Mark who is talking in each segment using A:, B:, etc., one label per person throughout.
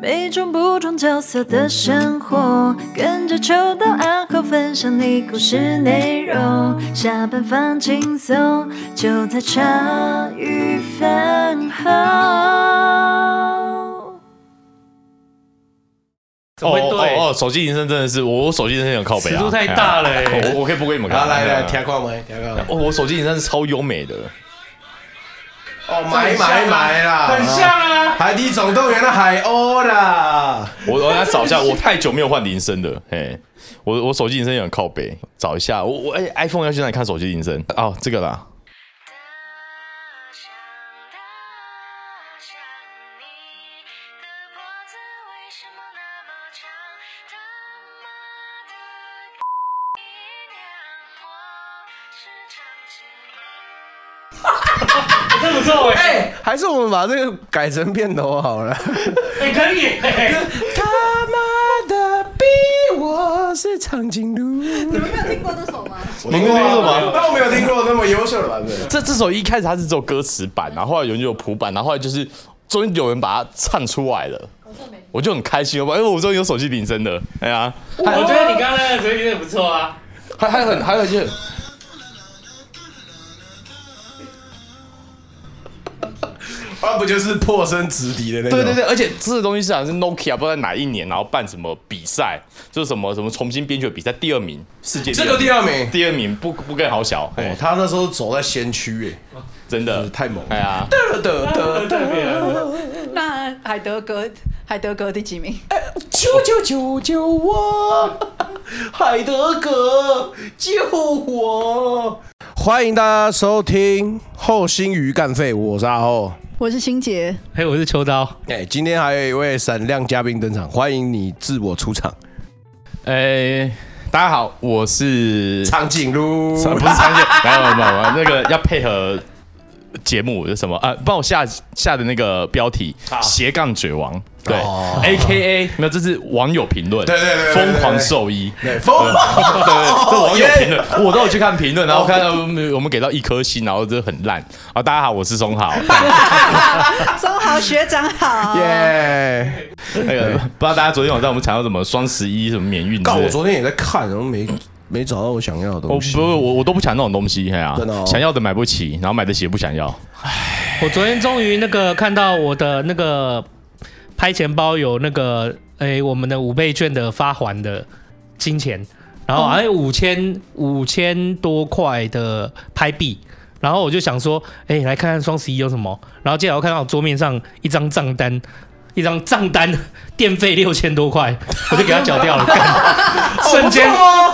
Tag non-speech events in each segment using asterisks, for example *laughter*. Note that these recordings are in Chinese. A: 每种不同角色的生活，跟着秋到暗号分享你故事内容。下班放轻松，就在茶余饭后。
B: 怎么会
C: 哦
B: 对
C: 哦哦，手机铃声真的是我，我手机铃声有靠北
B: 尺
C: 啊，
B: 度太大了欸
C: 哎 *laughs* 呀我我可以播给你们看
D: 好，
C: 啊，
D: 来来，
C: 看
D: 调
C: 啊
D: 看麦，调看麦。
C: 哦，我手机铃声是超优美的，
D: 哦，买买买啦，
B: 很像啊。
D: 海底总动员的海鸥啦。
C: 我我来找一
B: *laughs*
C: 下，我太久没有换铃声了，嘿，我我手机铃声有点靠北，找一下，我我哎，iPhone 要去哪里看手机铃声？哦，这个啦，
E: 大声大声，你的脖子为什么那么长？他妈的，你娘，我是长颈鹿。
B: 这不错哎，
D: 哎，还是我们把这个改成片头好了。
B: 哎可以欸，
D: 他妈的逼我是长颈鹿，
F: 你们没有听过这首吗？
D: 我没有听过吗？但我没有听过那么优秀的版本。
C: 这这首一开始它是只有歌词版，然后后来有人就有谱版，然后后来就是终于有人把它唱出来了，
F: 好像没。
C: 我就很开心，因为我终于有手机铃声了，哎呀，
B: 我觉得你刚刚那个嘴脸不错啊。
C: 还还很还有一件。
D: 啊，不就是破身直敌的那种？
C: 对对对，而且这个东西是啊好像是 Nokia 不知道哪一年，然后办什么比赛，就是什么什么重新编曲比赛第二名，世界
D: 这个第
C: 二
D: 二名，
C: 第二名不不跟好小，
D: 哎
C: 哦，
D: 他那时候走在先驱，
C: 真
D: 哎，
C: 的，
D: 太猛
C: 哎
D: 了。
C: 呀，
D: 得得得
B: 特别
F: 那海德格，海德格第几名？
D: 救救救救我！海德格救我！欢迎大家收听《后心鱼干废》，我是阿后。
F: 我是心杰，
B: 哎，我是秋刀。
D: 哎、今天还有一位闪亮嘉宾登场，欢迎你自我出场。
C: 哎，大家好，我是
D: 长颈鹿，
C: 不是常见，没有没有没有，那个要配合节目是什么啊？帮我下下的那个标题斜杠嘴王，对
D: 啊哦
C: ，A K A 没有，这是网友评论，
D: 对对对对对
C: 疯狂兽医，
D: 对，疯
C: *laughs* 对，这网友评
D: 哦耶哦
C: 论，我都有去看评论，然后看到嗯我们给到一颗星，然后这很烂。啊，大家好，我是松
D: *laughs*
C: 豪。
F: 中豪学长好。
D: 耶！
C: 那个不知道大家昨天晚上我们讲到什么双十一什么免运之
D: 告
C: 类
D: 我
C: 的。
D: 昨天也在看，然后没没找到我想要
C: 我
D: 的东
C: 不
D: 西。
C: 是我我都不抢那种东西，哎呀、
D: 真的哦
C: 想要的买不起，然后买得起也不想要。
B: 我昨天终于那个看到我的那个拍钱包有那个哎我们的五倍券的发还的金钱，然
D: 哦
B: 后哎五千五千多块的拍币。然后我就想说，哎，来看看双十一有什么。然后接下来我看到我桌面上一张账单，一张账单，电费六千多块，我就给他缴掉
D: *laughs*
B: 了，干瞬间、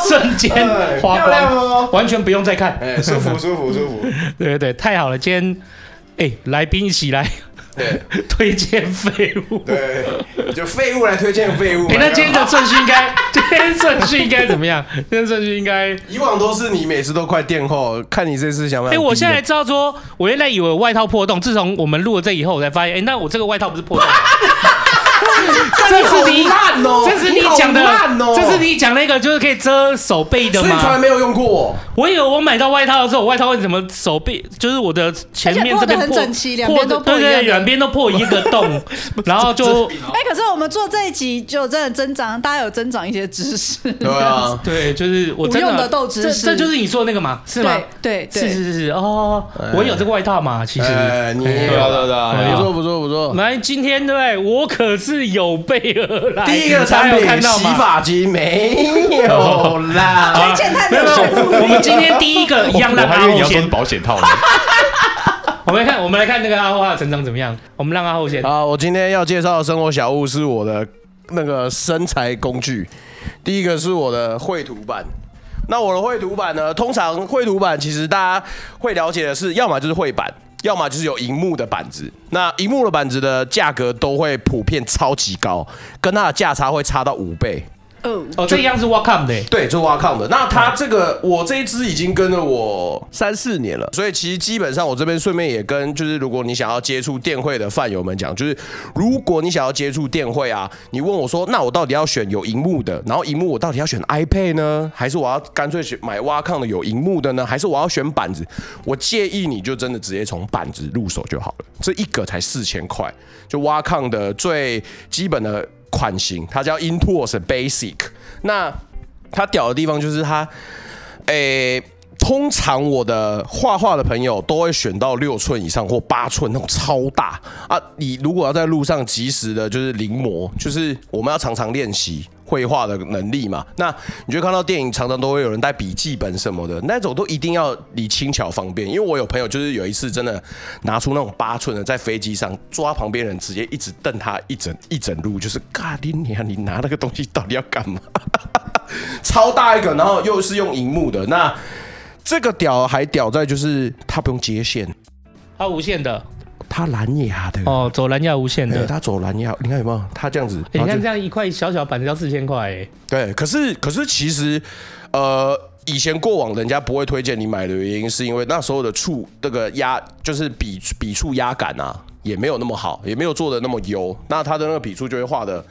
B: 瞬间花
D: 哦漂亮
B: 光，
D: 哦！
B: 完全不用再看。
D: 哎、舒服舒服舒服。
B: 对对对，太好了！今天哎、来宾一起来
D: 对
B: 推荐废物。
D: 对，就废物来嗯推荐废物嘛。
B: 哎、那今天的顺序应该， *laughs* 今天顺序应该怎么样？今天顺序应该……
D: 以往都是你每次都快垫后，看你这次想不
B: 哎、
D: 想逼人。啊
B: 我现在才知道说，我原来以为外套破洞，自从我们录了这以后，我才发现，哎、那我这个外套不是
D: *laughs*
B: 破洞。这是你
D: 你好烂哦
B: 这是你
D: 你好
B: 讲的，
D: 烂哦
B: 这是你讲那个，就是可以遮手背的
D: 所以从来
B: 嘛。
D: 没有用
B: *laughs*
D: 过。
B: 我以为我买到外套的时候，我外套为什么手背就是我的前面这边
F: 而且破得很
B: 破
F: 整齐两边都
B: 破
F: 破
B: 的
F: 一
B: 对
F: 样的
B: 对，两边都破一个洞，
D: *laughs*
B: 然后就
F: 哎、可是我们做这一集就真的增长，大家有增长一些知识。
D: 对啊，
B: 对，就是我真
F: 无用的斗志
B: 这
F: 是
B: 这就是你说的那个嘛，是吗？
F: 对对
B: 是
F: 对，
B: 是是是哦，我有这个外套嘛，其实。
D: 哎，你
C: 对啊对啊对
D: 不
C: 啊。
D: 错不错不错。
B: 来，今天对不对？我可是有备而来。
D: 第一个
B: 大
D: 产
B: *laughs* 哎家有
D: 品
B: 看到
D: 洗
B: 吗？
D: 发精没有啦， *laughs*
F: 推荐太
B: 没有，
F: 没
B: 没
F: 有
B: 有我们今天第一个一样啊
C: 我
B: 让阿
C: 还以为
B: 后
C: 你要说是
B: 先。
C: 保险套
B: *laughs*
C: 呢。
B: 我们来看，我们来看那个阿后他的成长怎么样？我们让阿后先。
D: 啊，我今天要介绍的生活小物是我的那个身材工具，第一个是我的绘图板。那我的绘图板呢？通常绘图板其实大家会了解的是，要么就是绘板，要么就是有荧幕的板子。那荧幕的板子的价格都会普遍超级高，跟它的价差会差到五倍。
F: 哦，
B: 哦，这一样是 Wacom 的、
D: 对，就挖抗的。那它这个，我这一支已经跟了我嗯三四年了，所以其实基本上我这边顺便也跟，就是如果你想要接触电绘的饭友们讲，就是如果你想要接触电绘啊，你问我说，那我到底要选有荧幕的，然后荧幕我到底要选 iPad 呢，还是我要干脆选买挖抗的有荧幕的呢，还是我要选板子？我建议你就真的直接从板子入手就好了，这一个才四千块，就挖抗的最基本的款型，它叫 Intuos Basic。那它屌的地方就是它，诶、通常我的画画的朋友都会选到六寸以上或八寸那种超大啊。你如果要在路上及时的，就是临摹，就是我们要常常练习绘画的能力嘛。那你就看到电影常常都会有人带笔记本什么的，那种都一定要你轻巧方便。因为我有朋友就是有一次真的拿出那种八寸的，在飞机上抓旁边人，直接一直瞪他一整一整路，就是嘎你娘，你拿那个东西到底要干嘛？超大一个，然后又是用荧幕的。那这个屌还屌在就是它不用接线，
B: 它无线的
D: 它蓝牙的
B: 哦，走蓝牙无线
D: 对，
B: 的。
D: 它走蓝牙，你看有没有？它这样子，
B: 欸
D: 然
B: 你
D: 后哎就
B: 看这样一块小小板子要四千块，哎，
D: 对，可是可是其实，呃，以前过往人家不会推荐你买的原因，是因为那时候的触这个压就是笔笔触压感啊，也没有那么好，也没有做的那么优，那它的那个笔触就会画的。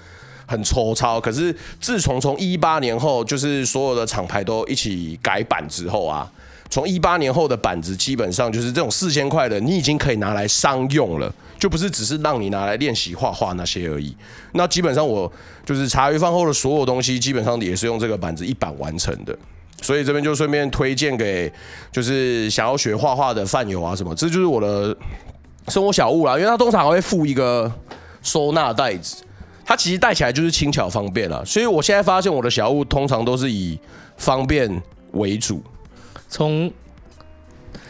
D: 很粗糙，可是自从从一八年后，就是所有的厂牌都一起改版之后啊，从一八年后的板子，基本上就是这种四千块的，你已经可以拿来商用了，就不是只是让你拿来练习画画那些而已。那基本上我就是茶余饭后的所有东西，基本上也是用这个板子一板完成的。所以这边就顺便推荐给就是想要学画画的饭友啊什么，这就是我的生活小物啦，因为它通常还会附一个收纳袋子，它其实带起来就是轻巧方便啦。所以我现在发现我的小物通常都是以方便为主。
B: 从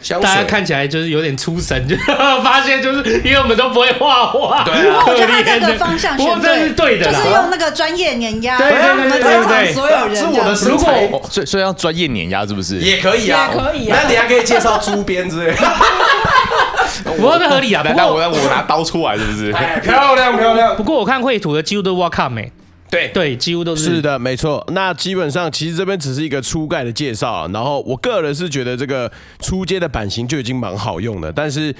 D: 香水
B: 大家看起来就是有点出神， *laughs* 就发现就是因为我们都不会画画，
D: 对啊
F: 不过我觉得
B: 可
F: 他
B: 怜
F: 这个
B: 的
F: 方
B: *laughs*
F: 向
B: 不过
F: 选
B: 这是对的
F: 就
B: 啦。
F: 是用那个专业碾压
B: 对
F: 我
B: 对
F: 们
B: 对
F: 在
B: 对
F: 场
B: 对
F: 所有人，
D: 是我的
F: 这样
D: 身材
C: 哦所以所以要专业碾压是不是？
D: 也可以啊，
F: 也可以啊
D: 那你还可以介绍猪鞭之类的。
B: 不过这合理啊。不
C: 那那我
B: 过
C: 那我拿刀出来是不是？
D: 哎漂亮漂亮，
B: 不过我看绘图的几乎都是 Wacom 哎，
D: 对
B: 对，几乎都
G: 是
B: 是。
G: 的，没错。那基本上其实这边只是一个初概的介绍啊，然后我个人是觉得这个初阶的版型就已经蛮好用的，但是。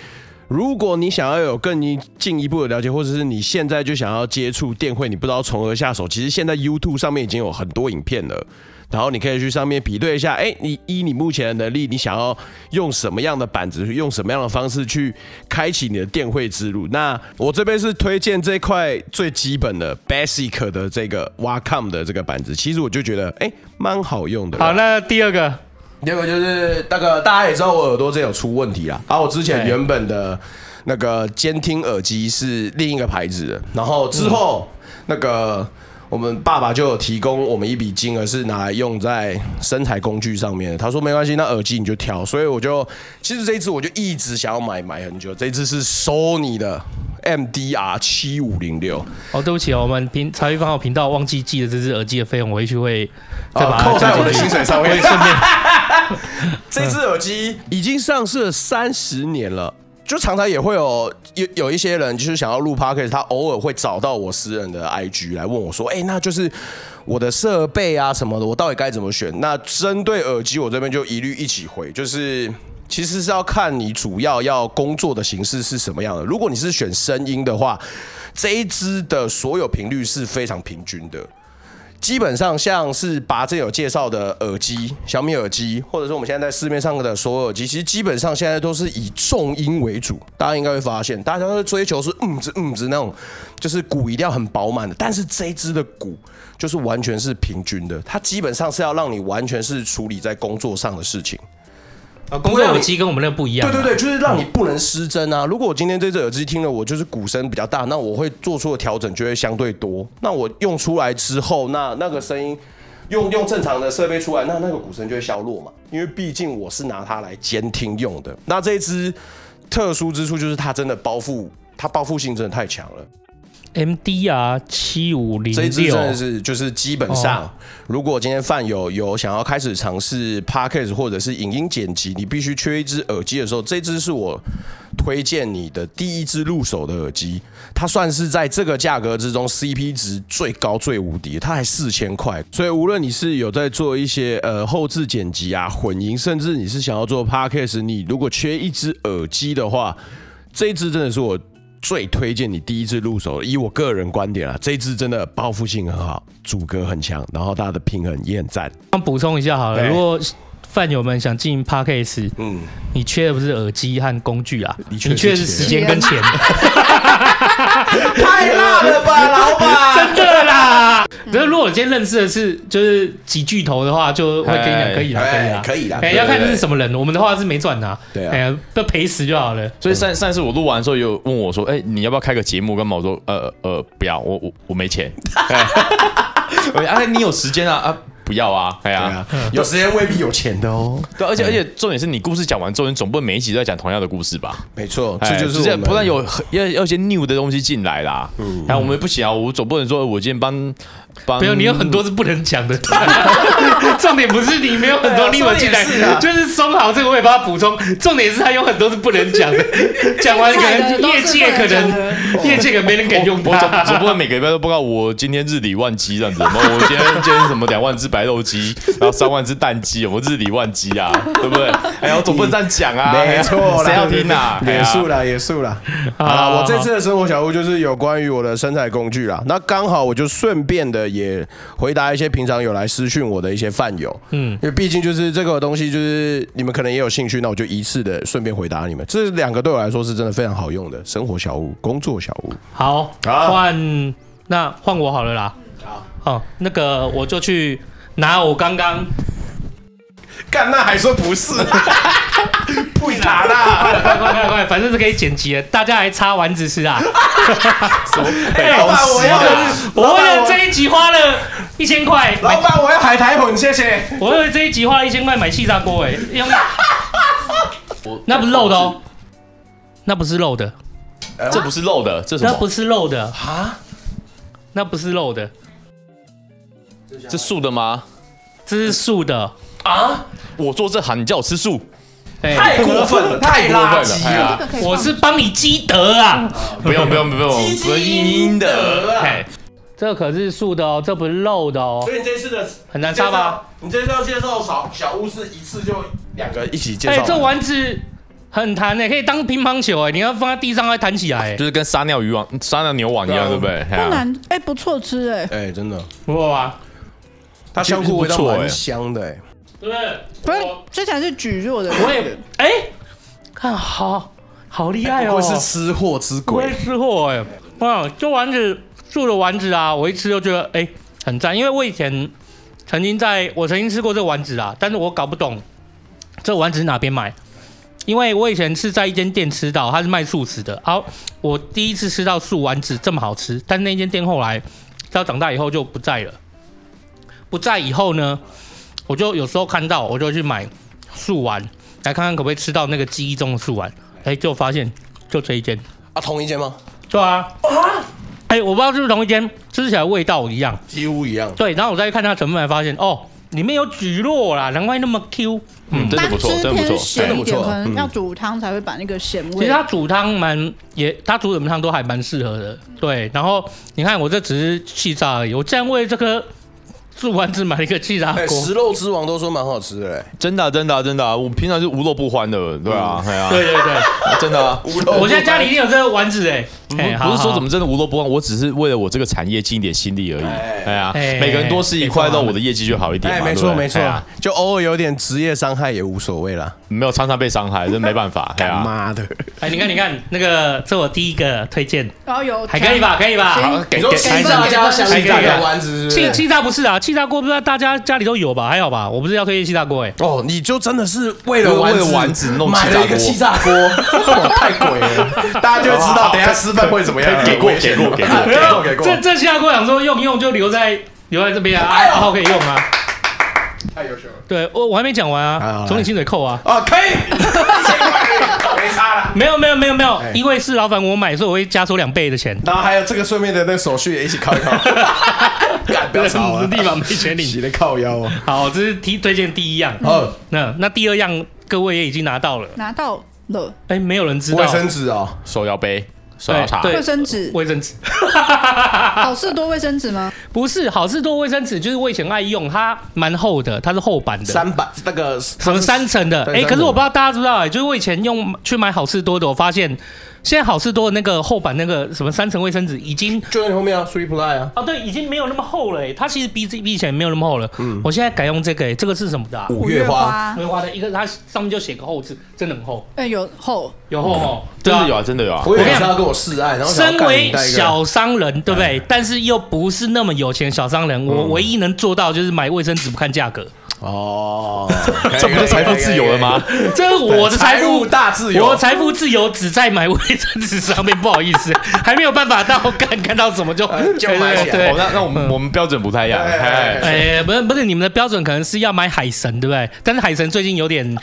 G: 如果你想要有更进一步的了解，或者是你现在就想要接触电绘，你不知道从何下手，其实现在 YouTube 上面已经有很多影片了，然后你可以去上面比对一下，哎，你依你目前的能力，你想要用什么样的板子，用什么样的方式去开启你的电绘之路？那我这边是推荐这块最基本的 Basic 的这个 Wacom 的这个板子，其实我就觉得哎，蛮好用的。
B: 好，那第二个
D: 第二个就是那个大家也知道我耳朵这有出问题啦，啊，我之前
B: 对
D: 原本的那个监听耳机是另一个牌子的，然后之后、那个我们爸爸就有提供我们一笔金额是拿来用在身材工具上面的，他说没关系，那耳机你就挑，所以我就其实这一次我就一直想要买买很久，这一次是 Sony 的 MDR 七五零六，
B: 哦，对不起哦，我们频茶余饭后频道忘记记了这只耳机的费用，我回去会再把
D: 啊，
B: 它
D: 扣在我的
B: 加进
D: 薪
B: 去
D: 水上面。
B: 顺便
D: *laughs* 这只耳机
G: 已经上市了三十年了，
D: 就常常也会有有有一些人就是想要录 podcast，他偶尔会找到我私人的 IG 来问我说，哎、那就是我的设备啊什么的，我到底该怎么选？那针对耳机，我这边就一律一起回，就是其实是要看你主要要工作的形式是什么样的。如果你是选声音的话，这一支的所有频率是非常平均的。基本上像是拔这有介绍的耳机，小米耳机，或者是我们现在在市面上的所有耳机，其实基本上现在都是以重音为主。大家应该会发现，大家都追求是嗯子嗯子那种，就是鼓一定要很饱满的。但是这一支的鼓就是完全是平均的，它基本上是要让你完全是处理在工作上的事情。
B: 哦工作耳机跟我们那个不一样啊。
D: 对对对，就是让你不能失真啊！如果我今天这只耳机听了我就是鼓声比较大，那我会做出的调整就会相对多。那我用出来之后，那那个声音用用正常的设备出来，那那个鼓声就会消弱嘛，因为毕竟我是拿它来监听用的。那这一支特殊之处就是它真的包覆，它包覆性真的太强了。
B: MDR 啊七五零
D: 这一支真
B: 六，
D: 的是就是基本上，哦如果今天饭友有想要开始尝试 podcast 或者是影音剪辑，你必须缺一只耳机的时候，这只是我推荐你的第一只入手的耳机，它算是在这个价格之中 CP 值最高最无敌，它还四千块。
G: 所以无论你是有在做一些呃后置剪辑啊、混音，甚至你是想要做 podcast，你如果缺一只耳机的话，这一只真的是我最推荐你第一次入手的。以我个人观点啊，这一只真的包覆性很好，主歌很强，然后它的平衡也很赞。
B: 帮补充一下好了，
G: 对
B: 如果饭友们想进 Parkes，嗯，你缺的不是耳机和工具啊，你
G: 缺的是
B: 缺的是时间跟钱，
D: 太辣了
G: *laughs*
D: 吧，老板！
B: 真的啦。可是如果我今天认识的是就是几巨头的话，就会跟你讲
C: 哎
B: 可以啦，可以啦
D: 哎，可以啦
B: 哎，
D: 对
B: 要看
D: 对对
B: 是什么人，我们的话是没赚的啊，
D: 对啊
B: 哎呀，不赔死就好了。
C: 所以上上次我录完的时候，有问我说：“哎、你要不要开个节目？”干嘛？我说：“呃呃，不要，我我我没钱。哎”我说哎、你有时间啊啊，不要啊，哎呀、
D: 对啊，有时间未必有钱的哦。
C: 对，而且而且重点是你故事讲完之后，你总不能每一集都在讲同样的故事吧？
D: 没错，
C: 哎
D: 这就是
C: 只
D: 我们
C: 不但有很要要一些 new 的东西进来啦。嗯，哎，我们不行啊，我总不能说我今天帮帮
B: 没有，你有很多是不能讲的。重点不是你没有很多例文进来
D: 说得也是啊，
B: 就是松豪这个我也帮他补充。重点是他有很多是不能讲的，讲完可能业界可能业界可能没人敢用
C: 我总
B: 他。
C: 总不能每个礼拜都报告我今天日理万机这样子，然后我今天今天什么两万只白肉鸡，然后三万只蛋鸡，我日理万机啊，对不对？哎呀，我总不能这样讲啊，
D: 没错啦，
C: 谁要听啊？哎
D: 也
C: 呀
D: 是啦，也是啦。
G: 啊，我这
B: 好
G: 次的生活小屋就是有关于我的生产工具啦。那刚好我就顺便的也回答一些平常有来私讯我的一些饭友，嗯，因为毕竟就是这个东西，就是你们可能也有兴趣，那我就一次的顺便回答你们。这两个对我来说是真的非常好用的生活小屋、工作小屋。
B: 好，换那换我好了啦。好，那个我就去拿我刚刚
D: 干那还说
G: *laughs*
D: 不是，不打啦，
B: 快快快快，反正是可以剪辑的，大家来擦丸子吃啊！
D: 老板我要，
B: 我为了这一集花了一千块，买
D: 老板我要海苔粉，谢谢。
B: 我为了这一集花了一千块买气炸锅，哎，用那不是漏的哦，那不是漏的，
C: 这不是漏的，这什
B: 那
C: 么？
B: 不是漏的啊，那不是漏的，
C: 这素的吗？
B: 这是素的，
C: 我做这行，你叫我吃素，
B: 哎，
D: 过分了，太
C: 过
D: 垃
C: 分
D: 圾
C: 哎
D: 了。
C: 呀
F: 这个可以放
B: 我是帮你积德啊，
C: 不用不用不用，
D: 哦
C: 不用阴阴的，哎，
B: 这可是素的哦，这不是漏的哦，
D: 以你这次的
B: 很难杀吧？？
D: 你这次要介绍小小屋是一次就两个一起介
B: 哎，
D: 绍，
B: 这丸子很弹欸诶，可以当乒乓球哎，你要放在地上它会弹起来欸
C: 就是跟撒尿鱼网、撒尿牛网一样，对不对？哎呀
F: 不难，哎，不错吃哎，
D: 哎真的，
B: 哎，哇，
D: 它香菇味道
C: 其实不错哎
D: 蛮香的哎。
B: 对不对？
F: 不是之前是举弱的，
B: 我也哎，看好好厉害哦，
D: 不是吃货之
B: 不
D: 鬼
B: 会，吃货哎、哇，这丸子素的丸子啊，我一吃就觉得哎、很赞，因为我以前曾经在我曾经吃过这丸子啊，但是我搞不懂这丸子是哪边买，因为我以前是在一间店吃到，它是卖素食的，好，我第一次吃到素丸子这么好吃，但那间店后来到长大以后就不在了，不在以后呢，我就有时候看到我就去买素丸，来看看可不可以吃到那个记忆中的素丸，哎、就发现就这一间。
D: 啊，同一间吗？
B: 对啊。哎、我不知道是不是同一间，吃起来味道一样。
D: 几乎一样。
B: 对，然后我再去看它成分，才发现哦，里面有蒟蒻啦，难怪那么 Q。
C: 嗯，真的
F: 单
C: 不错，
F: 吃
C: 真的不错
F: 偏，
C: 哎
F: 咸
D: 真的
F: 一点，
D: 不错
F: 可能要煮汤才会把那个咸
B: 其
F: 味
B: 实。它煮汤蛮也，它煮什么汤都还蛮适合的。对，然后你看我这只是气炸而已，我竟然为这颗素丸子买了一个气炸
D: 哎，
B: 锅。
D: 食肉之王都说蛮好吃的哎，
C: 真的啊真的啊真的啊，我平常是无肉不欢的，对啊，哎呀，
B: 对对对，
C: 真的啊，
B: 我现在家里一定有这个丸子哎、
C: 不
B: 哎
C: 不是说怎么
B: 好
C: 真的无肉不欢，我只是为了我这个产业尽一点心力而已。哎呀，
B: 哎
C: 每个人多吃一块肉，我的业绩就好一点
D: 哎，
C: 嘛。
D: 没
C: 对
D: 错
C: 不对
D: 没错
C: 哎呀，
D: 就偶尔有点职业伤害也无所谓啦。
C: 没有常常被伤害，真没办法。哎呀，
D: 妈的，
B: 哎，你看你看那个，这我第一个推荐，
F: 然后有
B: 还可以吧，可以吧？
F: 行
D: 你
C: 给
D: 说
C: 给
D: 气
B: 还是
D: 炸
B: 要
D: 加香
B: 还是要
D: 炸
B: 加
D: 的丸子是
B: 气
D: 不是？
B: 气炸不是啊，气炸锅不知道大家家里都有吧？还好吧？我不是要推荐气炸锅哎、
D: 哦，你就真的是为了
C: 为
D: 丸
C: 了
D: 子
C: 丸子弄
D: 买了一个气
C: 气
D: 炸锅，哇太鬼 *laughs* 了！大家就会知道等一下吃饭会怎么样。
C: 给过给过给过
D: 给过给过
B: 这，这气炸锅想说用一用就留在留在这边啊，爱好可以用啊。
D: 太优秀了
B: 对我我还没讲完
D: 好好
B: 啊，
D: 来
B: 从你薪水扣啊。
D: 啊！可以，一千块而已没差了。
B: 没有没有没有没有，因为是老板我买，所以我会加收两倍的钱。
D: 然后还有这个顺便的那个手续也一起靠一靠，干不要吵了，
B: 立马没钱领。
D: 洗的靠腰啊。
B: 好，这是提推荐第一样。
D: 哦，
B: 那那第二样，各位也已经拿到了。
F: 拿到了
B: 哎，没有人知道
D: 卫生纸哦，
C: 手摇杯、手摇茶，
B: 对
F: 卫生纸，
B: 卫生纸，
F: 好事多卫生纸吗？
B: 不是好事多卫生纸，就是我以前爱用，它蛮厚的，它是厚版的，
D: 三百那个
B: 嗯什么三层的？
D: 对
B: 哎、
D: 三层
B: 可是我不知道大家知不知道、哎，就是我以前用去买好事多的，我发现现在好事多的那个厚版那个什么三层卫生纸已经
D: 就在你后面啊，three ply 啊，
B: 哦，对，已经没有那么厚了、哎，它其实比比以前没有那么厚了。
D: 嗯
B: 我现在改用这个、哎，这个是什么的、啊？
D: 五月花，
B: 葵花的一个，它上面就写个厚字，真的很厚，
F: 哎，有厚，
B: 有
D: 嗯
B: 厚哦，对
C: 真的
B: 啊
C: 有。啊，真的有啊。
D: 我以
B: 我
D: 为
B: 跟你
D: 是
B: 讲
D: 要跟我示爱，然后想
B: 身
D: 要干你
B: 为
D: 带一个哎
B: 小商人，对不对？但是又不是那么有钱的小商人，
D: 嗯
B: 我唯一能做到就是买卫生纸不看价
D: *laughs*
B: 格，
D: 哦，
C: 这不是财富自由了吗？
B: 这是我的财富
D: 大自由，
B: 我的财富自由只在买卫生纸上面，不好意思， *laughs* 还没有办法到看看到什么就
D: *laughs* 就买起来
B: 对
C: 哦，那那我们我们标准不太一样。
D: 哎哎哎
C: 哎，
B: *laughs* 哎，不是不是，你们的标准可能是要买海神，对不对？但是海神最近有点，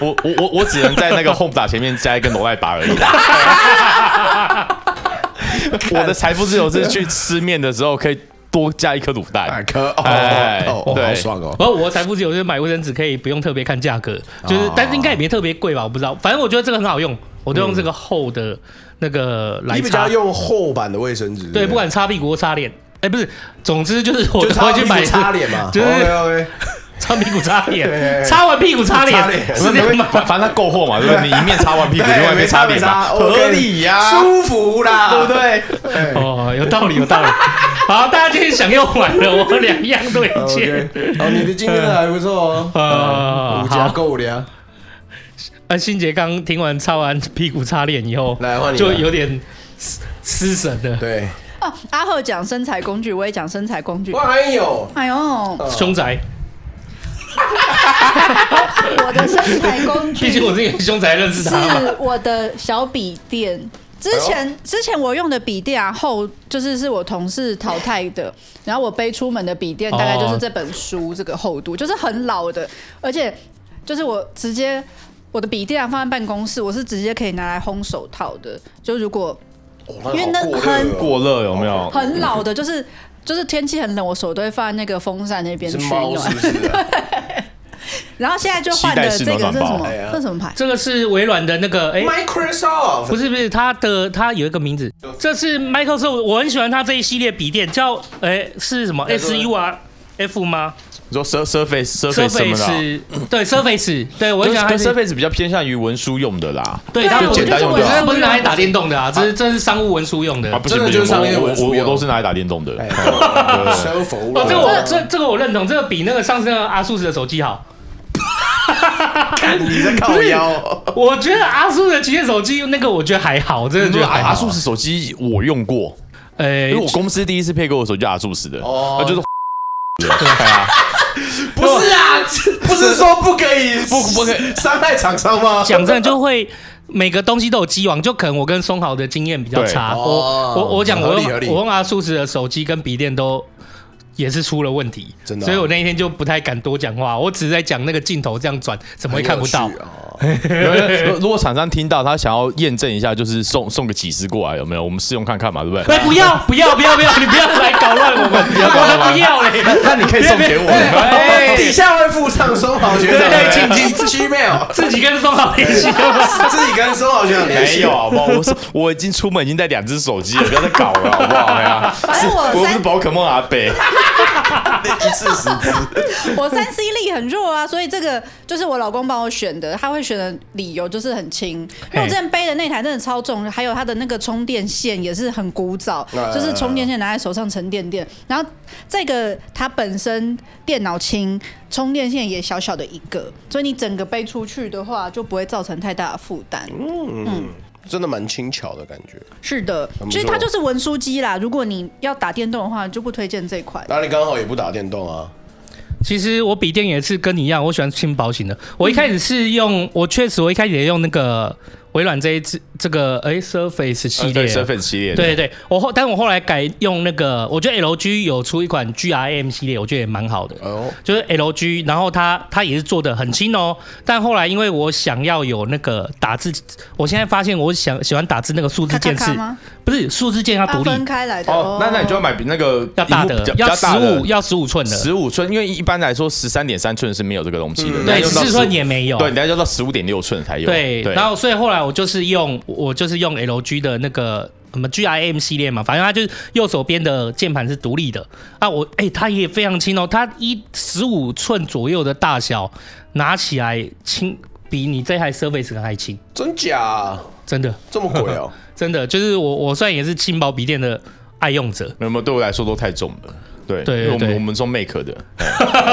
C: 我我我我只能在那个 home 打前面加一个罗赖把而已。我的财富自由是去吃面的时候可以多加一颗卤
D: 百
C: 蛋。
D: 科哦
C: 哎
D: 哦，哦
C: 对
D: 好爽哦，
B: 然后我的财富自由就是买卫生纸可以不用特别看价格，就是，但是应该也别特别贵吧，我不知道。反正我觉得这个很好用，我都用这个厚的那个来
D: 你比较
B: 擦，
D: 用厚版的卫生纸，
B: 对，不管擦屁股或擦脸。哎，不是，总之就是我
D: 就
B: 都
D: 擦
B: 会去
D: 屁股
B: 买
D: 擦脸
B: *laughs*
D: 嘛，
B: 就是
D: OK
B: 擦屁股擦脸，
D: 对
B: 擦完屁股擦
D: 擦
B: 脸，
D: 脸
B: 是这样吗？
C: 反反正它够厚嘛，对不对？你一面擦完屁股，另外一面擦脸嘛，合理呀，
D: 舒服啦，对不对？
B: 哦，有道理，有道理。 *laughs* 好，大家今天想又买了，我两样都已经
D: *laughs* OK，。哦，你的今天的还不错哦，
B: 呃，
D: 五家
B: 好。
D: 够了啊，
B: 呃，欣杰刚听完擦完屁股擦脸以后，
D: 来换你
B: 就
D: 了
B: 有点失失神了。
D: 对，
F: 哦，阿赫讲身材工具，我也讲身材工具
D: 我。还有
F: 哎呦，我
B: 凶宅，
F: 的身材工
B: *laughs*
F: 具
B: 毕竟我是个凶宅认识他嘛。
F: 是我的小笔电。之
D: 哎
F: 前之前我用的笔电啊，后就是是我同事淘汰的，然后我背出门的笔电大概
B: 哦
F: 就是这本书这个厚度，就是很老的，而且就是我直接我的笔电啊放在办公室，我是直接可以拿来烘手套的，就如果
D: 哦
F: 因为那很
C: 过热有没有？
F: 很老的，就是就是天气很冷，我手都会放在那个风扇那边
D: 是
F: 取
D: 猫
F: 暖
D: 是。不是啊？
F: 然后现在就换的这个是什
C: 期待式暖宝
F: 么
D: 哎呀？
F: 这是什么牌？
B: 这个是微软的那个，哎、
D: Microsoft
B: 不是不是，它的它有一个名字，这是 Microsoft，我很喜欢它这一系列笔电，叫哎、是什么
D: 叫做
B: S U R F 吗
C: 你说 sur surface surface 什么的啊，
B: ？Surface，对 Surface，对我
C: 我
B: 很喜欢它
C: 想跟
B: 这一
C: surface 比较偏向于文书用的啦。
B: 对，
F: 对啊
B: 它
C: 就
F: 我
C: 简单用就好
B: 这不是拿来打电动的啊，这是这是商务文书用的。
C: 啊，不行
D: 真的
C: 不
D: 就
C: 行，
D: 是商业
C: 我我
D: 文书
C: 我我
D: 用
C: 都是拿来打电动的。对
D: 哎
C: 啊
D: 收服
B: 哦
D: 了，，
B: 这个我这这个我认同，这个比那个上次那个阿素斯的手机好。
D: 看你在靠腰哦，
B: 我觉得阿素的旗舰手机那个我觉得还好，真的觉
C: 对
B: 得
C: 阿
B: 还
C: 阿
B: 好
C: 素。啊斯手机我用过，
B: 哎
C: 因为我公司第一次配给我手机阿素斯的，
D: 哦
C: 啊就是 *laughs* 对啊，
D: 不是啊， *laughs* 不是说不可以
C: 不不可以
D: 伤害厂商吗？
B: 讲真的就会。每个东西都有机网，就可能我跟松豪的经验比较差。
D: 对
B: 我
D: 哦
B: 我我讲，我
D: 合理
B: 用
D: 合理
B: 我用阿素斯的手机跟笔电都也是出了问题，
D: 真的啊
B: 所以我那一天就不太敢多讲话，我只是在讲那个镜头这样转，怎么会看不到
D: 很有？趣哦
C: 因为 *laughs* 如如果厂商听到他想要验证一下，就是送送个几十过来有没有？我们试用看看嘛，对不对？
B: *laughs* 哎，不要不要不要不要，你不要来搞乱我们，我才不要嘞！
C: 那你可以送 *laughs* 给我，
B: 哎
D: 底下会附上收好学长的
B: 对
D: 请
B: *laughs*
D: 进 Gmail，
B: 自己跟松豪联系。
D: 自己跟收好学长联
C: 没
D: 系
C: 有。好不好？我说我已经出门已经带两只手机了，不要再搞了好不好？哎呀，
F: 反正我
C: 我不是
F: 三
C: 宝可梦阿北，
D: 一次十次，
F: 我三 C 力很弱啊，所以这个就是我老公帮我选的，他会选的理由就是很轻，因为我之前背的那台真的超重，还有它的那个充电线也是很古早，
D: 啊
F: 就是充电线拿在手上沉甸甸。然后这个它本身电脑轻，充电线也小小的一个，所以你整个背出去的话就不会造成太大的负担。
D: 真的蛮轻巧的感觉。
F: 是的，其实它就是文书机啦。如果你要打电动的话，就不推荐这款。
D: 那你刚好也不打电动啊？
B: 其实我笔电也是跟你一样，我喜欢轻薄型的。我一开始是用，我确实我一开始也用那个微软这一支这个哎 Surface 系列
C: 呃对
B: 啊，
C: Surface 系列的，
B: 对对对，我后，但我后来改用那个，我觉得 LG 有出一款 GRM 系列，我觉得也蛮好
C: 哎
B: 的，
D: 哦，
B: 就是 LG，然后它它也是做的很轻哦，但后来因为我想要有那个打字，我现在发现我想喜欢打字那个数字
F: 咔咔
B: 键
F: 咔
B: 是，
F: 吗？
B: 不是数字键要
F: 啊
B: 独立，
F: 分开来的
C: 哦，那那你就要买比那个
B: 要大
C: 荧幕
B: 的
C: 比较，比
B: 要
C: 较
B: 十
C: 大的
B: 五要十五寸的，
C: 十五寸，因为一般来说十三点三寸是没有这个东西的，
B: 对，
C: 你要
B: 十
C: 到
B: 四寸也没有，
C: 对，你要要到十五点六寸才有。
B: 对，然后所以后来我就是用我就是用 LG 的那个什么 GIM 系列嘛，反正它就是右手边的键盘是独立的啊我，哎它也非常轻哦，它一十五寸左右的大小，拿起来轻比你这台 Surface 还轻，
D: 真假
B: 真的
D: 这么鬼 *laughs* 哦？
B: 真的就是我我算也是轻薄笔电的爱用者，
C: 那么对我来说都太重了。对，
B: 对
C: 因为我
B: 对
C: 们我们做 Make 的，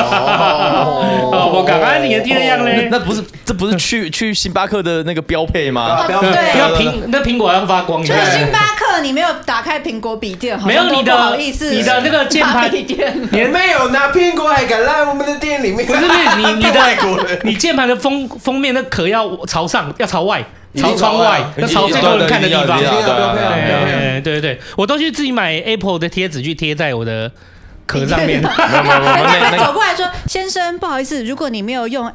B: 哦，我刚刚你的第二样嘞。
C: 那不是这不是去去星巴克的那个标配吗？
F: 哦对，
B: 要苹那苹果要发光，
F: 就是星巴克你没有打开苹果笔电，好
B: 没有
F: 像都
B: 你的
F: 不好意思，
B: 你的那个键
F: *laughs*
B: 盘
F: 打笔电
B: *laughs* 你的
D: 没有拿苹果还敢来我们的店里面？
B: 不是不是，你你的
D: 外国人
B: 你键盘的封封面那壳要朝上，要朝外，
D: 一定
B: 朝窗
D: 朝外
B: 外
D: 啊，
B: 要朝最多人看的地方。
C: 一定
B: 对
C: 要一定要对啊对啊对
B: 对
C: 啊
B: 对对，我都去自己买 Apple 的贴纸去贴在我的壳上面。
C: 没有没有没有那
F: *laughs* 人家
C: 那
F: 会
C: 个
F: 走过来说：“先生，不好意思，如果你没有用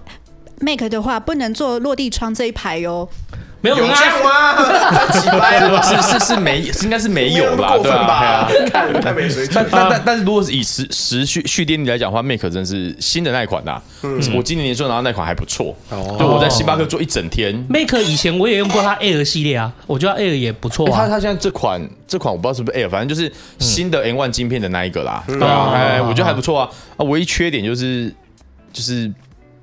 F: Make 的话，不能做落地窗这一排哦。
B: 没有
D: 有
B: 人
D: 这样
B: 啊，
D: 吗？太奇葩了吧？
C: 是是是没，应该是没有
D: 那么
C: 啦，
D: 过
C: 对
D: 分
C: 啊
D: 吧
C: 对啊。？
D: 看太没水准
C: 但。但但但是如果是以时时序序电力来讲的话，Make 真是新的那一款呐。我今年年初拿到那款还不错，对，我在星巴克做一整天。
B: Make 以前我也用过它 Air 系列啊，我觉得 Air 也不错
C: 欸、它
B: 啊。
C: 它现在这款这款我不知道是不是 Air，反正就是新的 N One 晶片的那一个啦。对啊，
B: 哦
C: 哎、
B: 哦
C: 我觉得还不错啊。啊，唯一缺点就是就是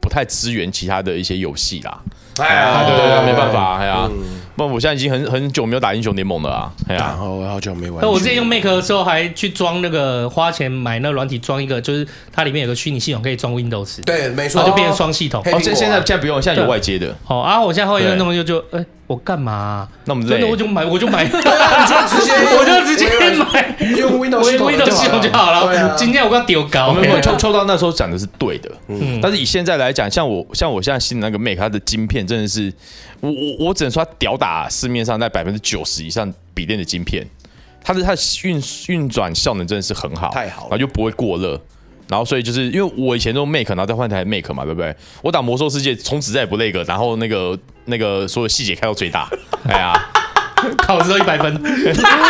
C: 不太支援其他的一些游戏啦。
D: 哎
C: 啊，
D: 呀
C: 对对对，没办法、
D: 啊。
C: 啊，哎呀、不然我现在已经很很久没有打英雄联盟了啊，哎呀、
D: 然后我好久没玩
B: 那我之前用 Make 的时候，还去装那个花钱买那软体装一个，就是它里面有个虚拟系统可以装 Windows，
D: 对，没
B: 然
D: 错，
B: 后就变成双系统
D: 嘿。
C: 哦，现现在现在不用，现在有外接的，
B: 好啊，我现在后来
C: 对
B: 弄就就，哎，我干嘛啊？
C: 那我们
B: 真的我
C: 累。
B: 就买，我就买， *laughs*
D: 直接
B: 我就直接买。
D: 用 Windows
B: 我
D: 系统
B: Windows 系统就好
D: 对
B: 了
D: 啊。
B: 今天我刚丢
C: 我
B: 高，
C: 们我哦抽抽到那时候讲的是对的，
B: 嗯
C: 但是以现在来讲，像我像我现在新的那个 Make，它的晶片真的是，我我我只能说它吊打市面上在百分之九十以上笔电的晶片，它的它的运运转效能真的是很好，
D: 太好了
C: 然后就不会过热。然后所以就是因为我以前用 Make，然后再换台 Make 嘛，对不对？我打魔兽世界，从此再也不那个，然后那个那个所有细节开到最
B: *laughs*
C: 大，哎呀，
B: 考试都一百分，
C: 然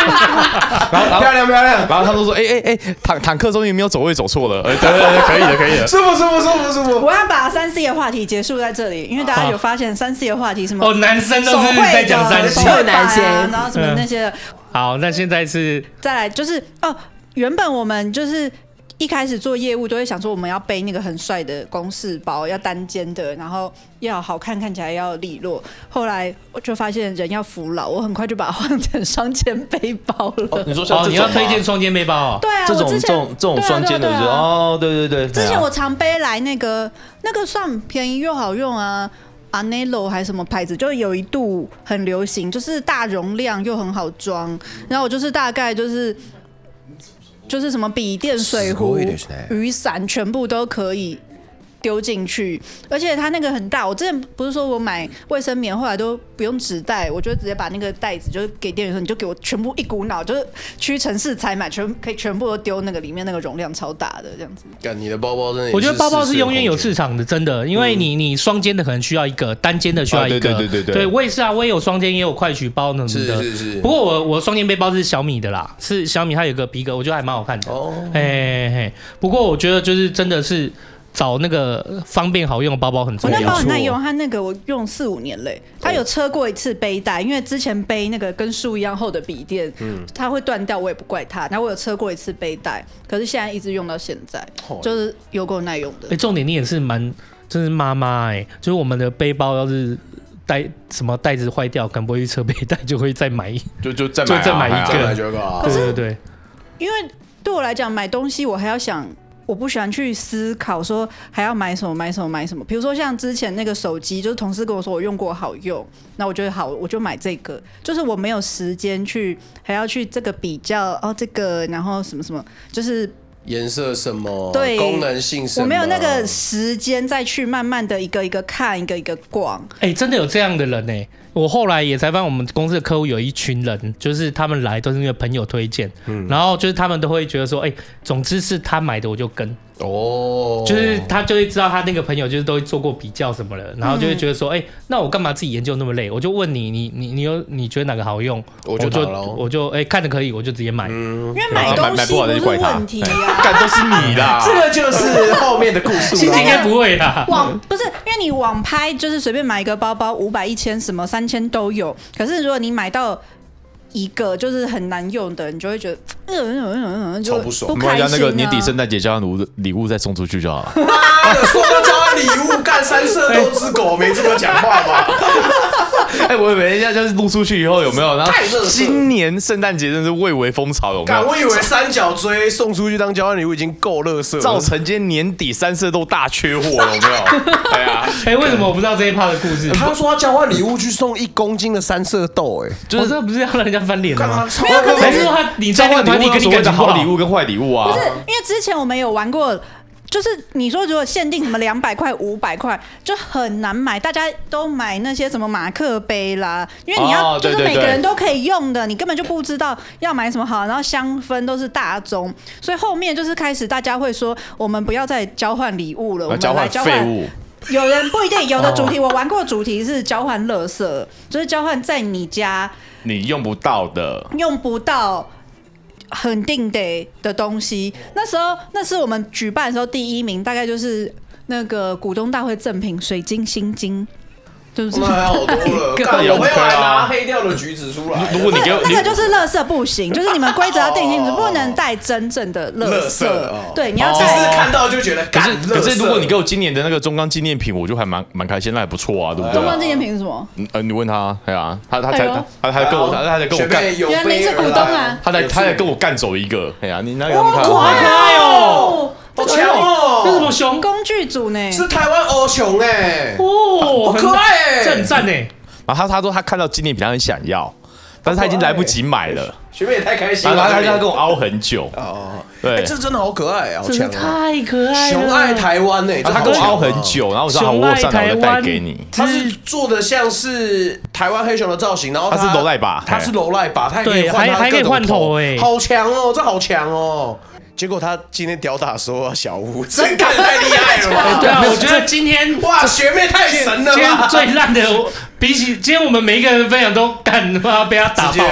C: 后然后
D: 漂亮漂亮，
C: 然后他们都说，哎哎哎，坦坦克终于没有走位走错了，哎，对对对，可以的可以的，
D: 舒服舒服舒服舒”服。
F: 我要把三 C 的话题结束在这里，因为大家有发现三 C 的话题什么
B: 哦，男生都
F: 手
B: 是
F: 绘
B: 在讲三嗯
F: 的、
B: 星
F: 手。绘板
A: 男
F: 啊
A: 生，
B: *laughs*
F: 然后什么那些的，
B: 好，那现在是
F: 再来就是哦，原本我们就是。一开始做业务都会想说，我们要背那个很帅的公事包，要单肩的，然后要好看，看起来要利落。后来我就发现人要服老，我很快就把它 *laughs* 换成双肩背包了。
C: 你说像
B: 哦，
C: 这
B: 你要
C: 种吗
B: 推荐双肩背包哦。
F: 对啊，
C: 这种
F: 我之
C: 这
F: 前
C: 种这种
F: 对啊
C: 双肩的，
F: 对
C: 我觉得
F: 啊对啊
C: 哦，对对对。
F: 之前
C: 哎呀
F: 我常背来那个那个算便宜又好用啊。Anello 还是什么牌子，就有一度很流行，就是大容量又很好装。然后我就是大概就是就是什么笔电、水壶
D: すごいですね、
F: 雨伞，全部都可以丢进去。而且它那个很大，我之前不是说我买卫生棉，后来都不用纸袋，我就直接把那个袋子就是给店员说，你就给我全部一股脑，就是屈臣氏采买，全可以全部都丢那个里面，那个容量超大的这样子。
D: 干你的包包真的也是
B: 我觉得包包是永远有
D: 四
B: 市场的，真的，因为你你双肩的可能需要一个，单肩的需要一个，
C: 啊对对对对对
B: 对我也是啊，我也有双肩，也有快取包什么
D: 四
B: 的
D: 个空间。是是是
B: 不。过我我双肩背包是小米的啦，是小米，它有个皮革，我觉得还蛮好看的。
D: 哦
B: 嘿嘿嘿，不过我觉得就是真的是找那个方便好用的包包很
F: 我
B: 重
F: 哦那
B: 要
F: 包。很耐用，它那个我用四五年嘞，它有车过一次背带，因为之前背那个跟树一样厚的笔电，它会断掉，我也不怪它。然后我有车过一次背带，可是现在一直用到现在，就是有够耐用
B: 哎、
F: 的。
B: 重点你也是蛮，真是妈妈哎，就是我们的背包要是带什么袋子坏掉，可能不会去车背带，就会再买一。
C: 就就再啊哎
B: 就再买一个
D: 再来就个啊
B: 对对对，
F: 因为对我来讲，买东西我还要想。我不喜欢去思考说还要买什么买什么买什么，比如说像之前那个手机，就是同事跟我说我用过好用，那我觉得好我就买这个，就是我没有时间去还要去这个比较哦这个，然后什么什么，就是
D: 颜色什么？
F: 对
D: 功能性什么？
F: 我没有那个时间再去慢慢的一个一个看，一个一个逛。
B: 哎、真的有这样的人呢，我后来也才发现，我们公司的客户有一群人，就是他们来都是因为朋友推荐，然后就是他们都会觉得说，哎、总之是他买的我就跟，
D: 哦，
B: 就是他就会知道他那个朋友就是都会做过比较什么的，然后就会觉得说，哎、那我干嘛自己研究那么累？我就问你，你你你有你觉得哪个好用，
D: 我
B: 我
D: 就
B: 就
D: 拿咯
B: 我就哎、看着可以我就直接买。
F: 因为买
C: 买
F: 东
C: 嗯买
F: 西
C: 不好的就
F: 不
C: 怪
F: 是
C: 他，哎
F: 问题啊。
C: 干都是你啦，
D: 这个就是后面的故事
B: 心
D: *laughs*
B: 情应
D: 了。
B: 该不会啦，
F: 网不是，因为你网拍就是随便买一个包包，五百、一千什么三千都有。可是如果你买到一个就是很难用的，你就会觉得，嗯嗯嗯嗯嗯，就
D: 超不爽
C: 我们
F: 开心、
C: 要
F: 啊。
C: 那个年底圣诞节交换礼物礼物再送出去就好了。
D: 妈的，说要交换礼物，干三色豆之狗，没这么讲话吧？
C: 哎、我以为人家就是录出去以后有没有？然后
D: 太热了
C: 今年圣诞节真是蔚为风潮，有没
D: 干，
C: 有？
D: 我以为三角锥送出去当交换礼物已经够乐色了，
C: 造成今天年底三色都大缺货，有没
F: *laughs*
C: 有？对啊，
B: 哎、为什么我不知道这一趴的故事？
D: 他说他交换礼物去送一公斤的三色豆、哎，
B: 就是、这不是要让人家翻脸的
D: 干嘛
B: 吗？
D: 超
F: 没有可是
B: 还是说他你
C: 交
B: 在那
C: 换
B: 个团
C: 礼
B: 体跟你
C: 物所谓
B: 感
C: 的
B: 情
C: 好
B: 好
C: 礼物跟坏礼物啊
F: 不，是，因为之前我们有玩过，就是你说如果限定什么两百块、五百块，就很难买，大家都买那些什么马克杯啦，因为你要、
C: 哦
F: 就是
C: 对对
F: 每个
C: 对
F: 人都可以用的，你根本就不知道要买什么好，然后香氛都是大宗，所以后面就是开始大家会说，我们不要再交换礼物了，
C: 要
F: 我
C: 呃
F: 们
C: 交
F: 来
C: 换
F: 交
C: 废
F: 换。
C: 物。哦
F: 有人不一定，有的主题我玩过，主题是交换垃圾，就是交换在你家
C: 你用不到的，
F: 用不到很定得的东西。那时候，那是我们举办的时候第一名，大概就是那个股东大会赠品水晶心经，对不对？
D: 那还好多了。干，
C: 也
D: 我朋友
C: OK 啊
D: 还拿黑掉的橘子出来，
C: 如果你给我，
F: *laughs* 那个就
C: 你
F: 是垃圾不行，就是你们规则要定性，
D: 哦
F: 你不能带真正的垃
D: 垃圾
F: 圾。
D: 哦
F: 对，你要
D: 只是
F: 带。
D: 看到就觉得
C: 可
D: 干。
C: 是可
D: 垃
C: 是
D: 圾
C: 如果你给我今年的那个中钢纪念品，我就还蛮蛮开心，那还不错啊，对不
F: 东
C: 对
F: 方？纪念品是什么？
C: 嗯呃，你问他，哎呀，他他才
F: 哎呦
C: 他他才跟我他他才跟我
D: 学
C: 干，
D: 妹有
F: 原来你是股东啊
C: 他才他才跟
D: 我
C: 我干走一个，哎呀，你那个他们
B: 好可
C: 看，
B: 爱哦、
F: 哦，
D: 好强哦，
B: 这是什么熊？
F: 工具组呢？
D: 是台湾欧熊哎，
B: 哦，
D: 好可爱欸
B: 这很赞哎！
C: 然后他他说他看到纪念品他很想要，但是他已经来不及买了，
D: 学妹也太开心
C: 然后
D: 了，
C: 他他
D: 这
C: 他
D: 边
C: 跟我凹很久，
D: 哦，哎，
C: 对，
D: 这真的好可爱，好
B: 真
D: 强
B: 是
D: 啊！
B: 太可爱了，
D: 熊爱台湾哎，
C: 然后他
D: 这
C: 跟我凹
D: 好强啊
C: 很。久，然后我说好，
B: 熊
C: 我
B: 爱
C: 有上来
B: 台
C: 我再带
B: 湾
C: 给你。
D: 他是做的像是台湾黑熊的造型，然后
C: 它是柔赖吧哎
D: 它是柔赖吧，它也可以
B: 对
D: 换它
B: 还还可以
D: 各种
B: 换头欸
D: 好强哦，这好强哦！结果他今天屌打说小
C: *laughs*
D: 吴，真敢太厉害 *laughs* 了
B: 对
D: 吧！
B: 啊，我觉得今天
D: 哇，学妹太神了
B: 今天
D: 吧！
B: 最烂的，我比起今天我们每一个人分享都干他妈被他打爆，
D: 直接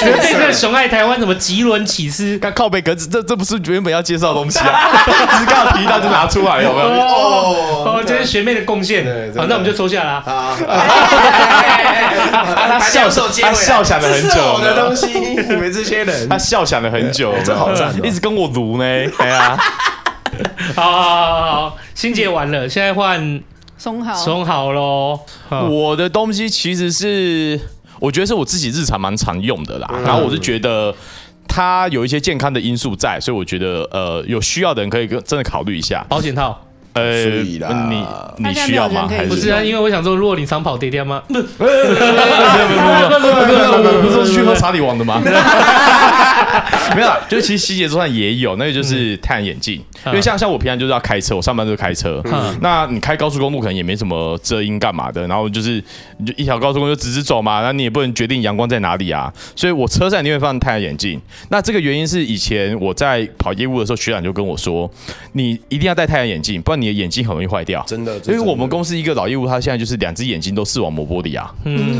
B: 绝对在熊爱台湾什么吉伦起司，
C: 看靠背格子，这这不是原本要介绍的东西啊，
D: *laughs*
C: 只是刚好提到就拿出来，有没有？
D: 哦
B: 哦，这是学妹的贡献
D: 对真。的
B: 好，那我们就抽下啦。
D: 啊！
C: 他他笑他笑想了很久
D: 这是我的东西，你们这些
C: *laughs*
D: 人
C: 他笑想了很久，这
D: 好赞哦
C: 一直跟我撸呢。哎呀，
B: 好好好好好，心结完了，现在换
F: 松好。
B: 松好喽。
D: 啊
B: 嗯
C: 我的东西其实是，我觉得是我自己日常蛮常用的啦。
D: 嗯
C: 然后我是觉得。它有一些健康的因素在，所以我觉得呃，有需要的人可以跟真的考虑一下。
B: 保险套
C: 呃，
D: 所以啦
C: 你你需要吗？
F: 大家没有人可以
C: 还
B: 不是啊，因为我想说，如果你长跑跌掉吗？
C: 我不是说去喝查理王的吗？没有啦，就是其实细节桌上也有，那个就是太阳眼镜，因为像像我平常就是要开车，我上班就是开车
B: 嗯，
C: 那你开高速公路可能也没什么遮阴干嘛的，然后就是你就一条高速公路就直直走嘛，那你也不能决定阳光在哪里啊，所以我车上一定会放太阳眼镜。那这个原因是以前我在跑业务的时候，学长就跟我说，你一定要戴太阳眼镜，不然你的眼睛很容易坏掉。
D: 真的
C: 因为我们公司一个老业务，他现在就是两只眼睛都视网膜玻璃啊，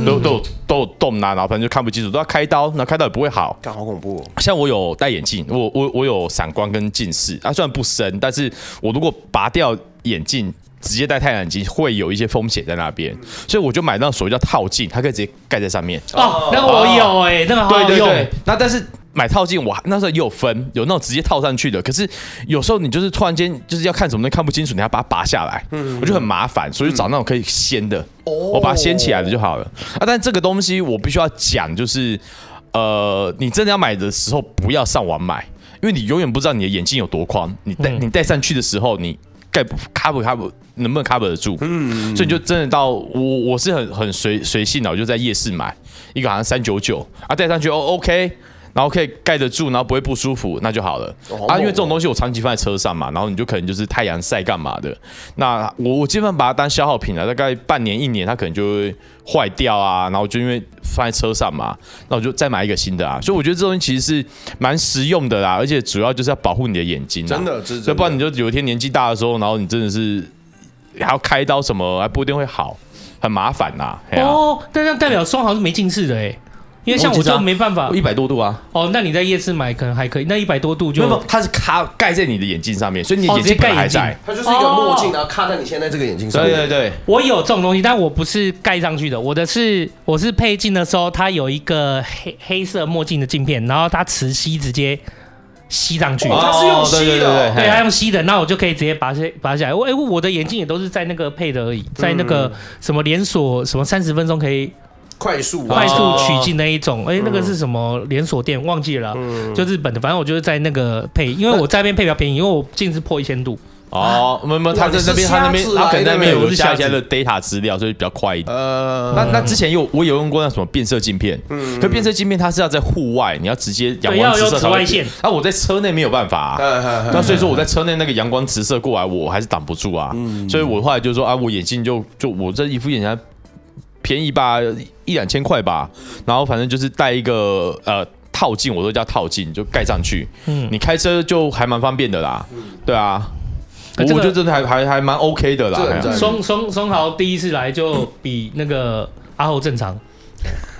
C: 都都有都有洞啊，然后反正就看不清楚，都要开刀，那开刀也不会好。
D: 干好恐怖哦！
C: 像我有戴眼镜，我我我有散光跟近视，啊虽然不深，但是我如果拔掉眼镜。直接戴太阳眼镜会有一些风险在那边，所以我就买那种所谓叫套镜，它可以直接盖在上面。
B: 哦，那个我有哎，那个好
C: 对
B: 好
C: 对
B: 用
C: 对。，那但是买套镜我那时候也有分，有那种直接套上去的，可是有时候你就是突然间就是要看什么东西看不清楚，你要把它拔下来，我就很麻烦，所以就找那种可以掀的，我把它掀起来的就好了。啊，但这个东西我必须要讲，就是呃，你真的要买的时候不要上网买，因为你永远不知道你的眼镜有多宽，你戴、
B: 嗯
C: 你戴上去的时候你。盖不 cover cover 能不能 cover 得住？嗯，所以你就真的到我我是很很随随性的，我就在夜市买一个好像三九九啊，戴上去哦 OK，然后可以盖得住，然后不会不舒服，那就好了、
D: 好
C: 啊。
D: 猛
C: 因为这种
D: 哦
C: 东西我长期放在车上嘛，然后你就可能就是太阳晒干嘛的。那我我基本上把它当消耗品了，大概半年一年它可能就会坏掉啊，然后就因为放在车上嘛，那我就再买一个新的啊。所以我觉得这东西其实是蛮实用的啦，而且主要就是要保护你的眼睛啊，
D: 真的这是真的
C: 要不然你就有一天年纪大的时候，然后你真的是还要开刀什么，还不一定会好，很麻烦呐、嘿啊。
B: 哦，那这样代表双好是没近视的哎，因为像我
C: 我知道
B: 就没办法
C: 一百多度啊，
B: 哦。那你在夜市买可能还可以，那一百多度
C: 没
B: 就
C: 有，没有它是卡盖在你的眼镜上面，所以你的
B: 哦
C: 眼镜
B: 直接
C: 本
B: 盖
C: 来还
B: 眼镜
C: 在。
D: 它就是一个墨
B: 哦
D: 镜，然后卡在你现在这个眼睛上
C: 对
D: 面。
C: 对对，
B: 我有这种东西，但我不是盖上去的，我的是我是配镜的时候，它有一个黑黑色墨镜的镜片，然后它磁吸直接吸上去。
D: 哦它是用吸的
C: 哦
B: 对，
C: 对
B: 它
C: 对
B: 用吸的，那我就可以直接拔下拔下来。我哎、我的眼镜也都是在那个配的而已，在那
C: 嗯
B: 个什么连锁什么三十分钟可以
D: 快速
B: 快速
D: 哦
B: 取镜那一种，哎、那
D: 嗯
B: 个是什么连锁店忘记了，啊就日本的。反正我就是在那个配，因为我在那边配比较便宜，因为我近视破一千度。
C: 哦，没有没有，他在那边，
D: 哇
C: 他那
D: 你
C: 边
D: 是，
C: 他可能在那边
D: 瞎子来的
C: 有下一些的 data 资料，所以比较快一点。
G: 呃，
C: 那那之前有我有用过那什么变色镜片，可变色镜片它是要在户外，你要直接
B: 嗯
C: 阳
B: 对
C: 光
B: 要
C: 直
B: 有
C: 射
B: 紫
C: 才会
B: 外线
C: 变。啊，我在车内没有办法啊，
D: 嗯
C: 那所以说我在车内那个阳光直射过来，我还是挡不住啊。
D: 嗯
C: 所以我后来就说啊，我眼镜就就我这一副眼镜还便宜吧，一两千块吧，然后反正就是带一个呃。套镜我都叫套镜，就盖上去。嗯，你开车就还蛮方便的啦。
D: 嗯
C: 对啊，
B: 那这
C: 我
B: 个
C: 觉得真的还还还蛮 OK 的啦。
D: 这很
C: 哎呀
D: 赞
B: 松松松豪第一次来就比那个阿豪正
D: *laughs*
B: 常。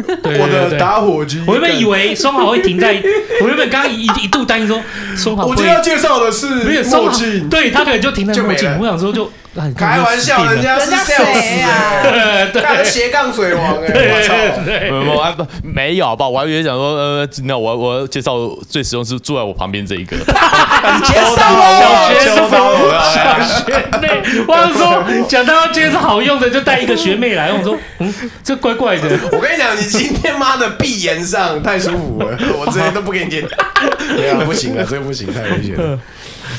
B: 对对
G: 我
B: 对
G: 的
B: 对
G: 打火机，
B: 我原本以为松豪会停在，我原本刚刚一一度担心说松豪
G: 我
B: 会
G: 今天要介绍的是
B: 没有松
G: 墨
B: 豪
G: 镜，，
B: 对他可能就停在
D: 就
B: 墨
D: 没
B: 镜
D: 了。
B: 我想说就啊你
D: 开玩笑，人家是
F: 人家
D: sales
F: 谁啊
D: 哎
C: *laughs*
B: 对对
D: 看他斜杠水王哎，我操！
B: 对
C: 没有，啊不没有吧？我还以为想说，呃，那我我要介绍最实用是坐在我旁边这一个，
D: 介绍
C: 哦
B: 小学
D: 我，
B: 生，小学妹，我想说讲到今天是好用的，就带一个学妹来，我说嗯，这怪怪的，
C: 啊
D: *laughs* 我跟你讲，你今天妈的闭眼上太舒服 *laughs* 了，我这些都不给你剪。 *laughs* 没有不行了，这个不行，太危险了。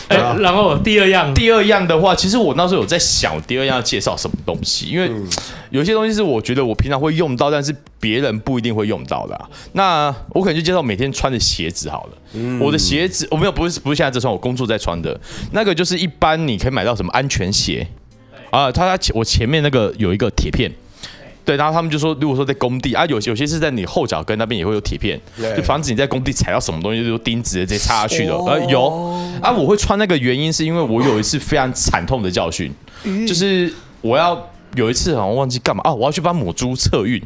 B: 哎，然后第二样，
C: 第二样的话，其实我那时候有在想，我第二样要介绍什么东西，因为有些东西是我觉得我平常会用到，但是别人不一定会用到的啊、那我可能就介绍每天穿的鞋子好了。我的鞋子哦我没有，不是不是现在这穿，我工作在穿的那个，就是一般你可以买到什么安全鞋啊，它它前我前面那个有一个铁片。对，然后他们就说，如果说在工地啊，有有些是在你后脚跟那边也会有铁片，就防止你在工地踩到什么东西，就是钉子直接插下去的。呃，有啊，我会穿那个原因是因为我有一次非常惨痛的教训，就是我要有一次好像忘记干嘛啊，我要去帮母猪测孕。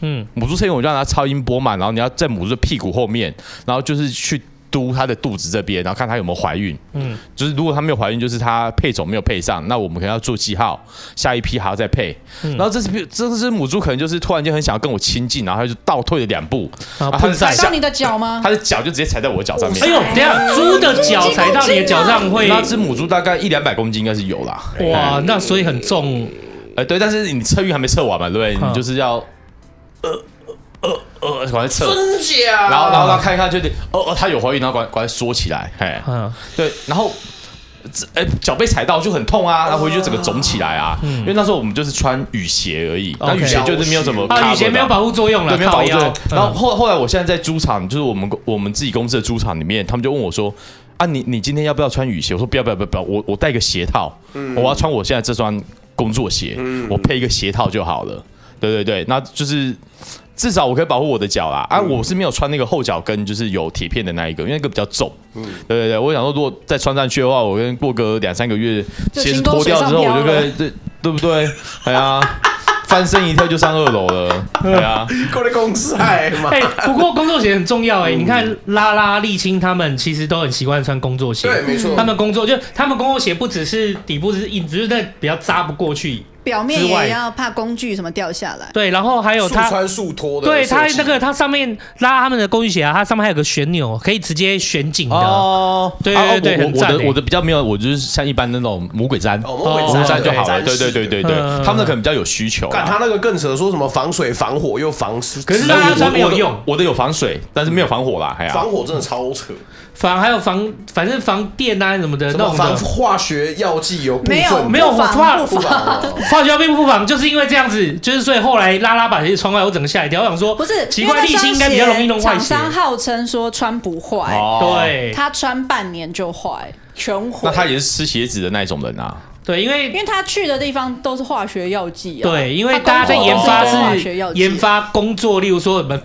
B: 嗯，
C: 母猪测孕我就让它超音波嘛，然后你要在母猪的屁股后面，然后就是去嘟它的肚子这边，然后看它有没有怀孕。嗯，就是如果它没有怀孕，就是它配种没有配上，那我们可能要做记号，下一批还要再配。
B: 嗯
C: 然后这只这只母猪可能就是突然间很想要跟我亲近，然后它就倒退了两步，
B: 啊
C: 它的
B: 碰在
F: 踩到
C: 下
F: 你的脚吗
C: 它？的脚就直接踩在我的脚上面
B: 哎。呦，等一下猪的脚踩到你的脚上会，
C: 那只母猪大概一两百公斤应该是有啦。
B: 哇，那所以很重，
C: 呃，对，但是你测孕还没测完嘛，对不对？
B: 嗯
C: 你就是要呃呃呃，赶快测，真假？然后然后他看一看，就得哦哦，他有怀孕，然后赶快赶快缩起来，嘿，
B: 嗯，
C: 对，然后。这哎，脚被踩到就很痛啊，然后回去就整个肿起来啊。因为那时候我们就是穿雨鞋而已，那
B: 嗯 OK
C: 雨鞋就是没有什么 cover 的，
B: 啊，以前没有保护作用了，
C: 对，没有保护作用
B: 靠腰嗯
C: 然后后后来，我现在在猪场，就是我们公我们自己公司的猪场里面，他们就问我说：“啊，你你今天要不要穿雨鞋？”我说：“不要不要不要不要，我我带个鞋套，
F: 嗯
C: 我要穿我现在这双工作鞋，我配一个鞋套就好了。”对对对，那就是至少我可以保护我的脚啦。
F: 嗯
C: 啊，我是没有穿那个后脚跟，就是有铁片的那一个，因为那个比较重。
F: 嗯
C: 对对对，我想说，如果再穿上去的话，我跟过个两三个月，
F: 就
C: 鞋子
F: 轻功
C: 脱掉之后，我
F: 水上
C: 就
F: 漂
C: 可以，对对不对？哎呀，翻身一跳就上二楼
F: *laughs*
C: 了，对啊。
D: 过来公司哎嘛
B: 哎、，不过工作鞋很重要哎、
C: 嗯
B: 你看拉拉、沥青他们其实都很习惯穿工作鞋。
D: 对，没错
B: 他。们工作就他们工作鞋不只是底部是硬，只是在比较扎不过去。
F: 表面
B: 之外
F: 也要怕工具什么掉下来。
B: 对，然后还有
D: 速
B: 它，
D: 穿速脱的设
B: 对
D: 计，
B: 它那个它上面拉他们的工具鞋啊，它上面还有个旋钮，可以直接旋紧的。
C: 哦，
B: 对
C: 啊
B: 对对
C: 我
B: 很
C: 我我
B: 赞
C: 的
B: 欸
C: 我的比较没有，我就是像一般那种魔鬼毡，魔
D: 哦，魔鬼
C: 鬼
D: 毡
C: 毡就好了。
D: 对
C: 对对对对对
B: 嗯，
C: 他们的可能比较有需求
D: 干他
C: 啦。
D: 那个更扯，说什么防水、防火又防，可
B: 是那
C: 我
B: 他
C: 我
B: 没有用
C: 我的我的有防水，但是没有防火啦，哎呀
D: 防。火真的超扯。
B: 防还有防，反正防电啊什么的
D: 什
B: 那
D: 么
B: 种
D: 防
B: 的，
D: 化学药剂有部分
F: 没有
B: 没有
F: 不防
B: 防
F: 不防
B: 化学药并不防，就是因为这样子，就是所以后来拉拉把这些穿坏，我整个吓一跳，我想说
F: 不是，
B: 奇
F: 因为
B: 怪，
F: 那
B: 沥青应该比较容易弄坏
F: 双鞋
B: 鞋，
F: 厂商号称说穿不坏，
C: 哦，
B: 对
F: 他穿半年就坏，全毁。
C: 那他也是吃鞋子的那一种人啊。
B: 对，因为
F: 因为他去的地方都是化学药剂啊。
B: 对，因为
F: 他工
B: 大家在
F: 作
B: 研
F: 都
B: 发
F: 是化学
B: 是
F: 药剂
B: 研发工作，例如说什么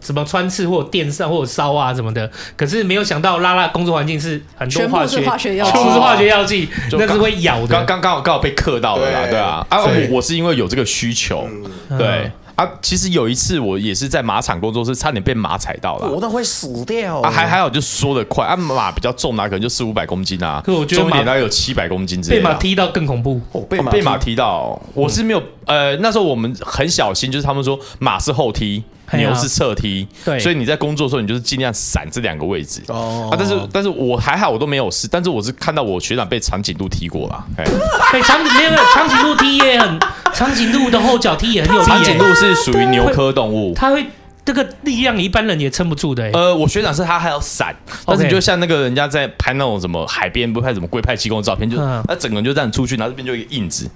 B: 什么穿刺或者电扇或者烧啊什么的，可是没有想到拉拉工作环境是很多
F: 全
B: 化
F: 部
B: 学
F: 是化学药
B: 全
F: 剂
B: 部是化学药剂，
C: 就
B: 那
C: 刚
B: 是会咬
C: 刚
B: 的。
C: 刚刚好刚好被克到了啦，
D: 对
C: 对啊，啊，
D: 对
C: 我我是因为有这个需求，
B: 嗯
C: 对啊，其实有一次我也是在马场工作室，差点被马踩到了。
D: 的会死掉
C: 啊，还还好，就缩得快啊，马比较重啊，可能就四五百公斤啊，
B: 可我觉得
C: 重一
B: 马
C: 点大概有七百公斤之类
B: 被
C: 的
B: 马
C: 啊。
B: 踢到更恐怖，
C: 哦被被马踢到，我是没有，呃，那时候我们很小心，就是他们说马是后踢，
B: 哎呀
C: 牛是侧踢，
B: 对
C: 所以你在工作的时候，你就是尽量闪这两个位置。哦，啊，但是但是我还好，我都没有事，但是我是看到我学长被长颈鹿踢过啦。哎，
B: 对长颈那个长颈鹿踢也很， *laughs* 长颈鹿的后脚踢也很有
C: 长
B: 力
C: 颈
B: 耶，
C: 鹿是属于牛科动物。
B: 它会这个力量一般人也撑不住的哎耶。
C: 呃，我学长是他还要闪，但是
B: OK
C: 你就像那个人家在拍那种什么海边，不拍什么龟派气功的照片，就
B: 嗯
C: 他整个人就这样出去，然后这边就有一个印子。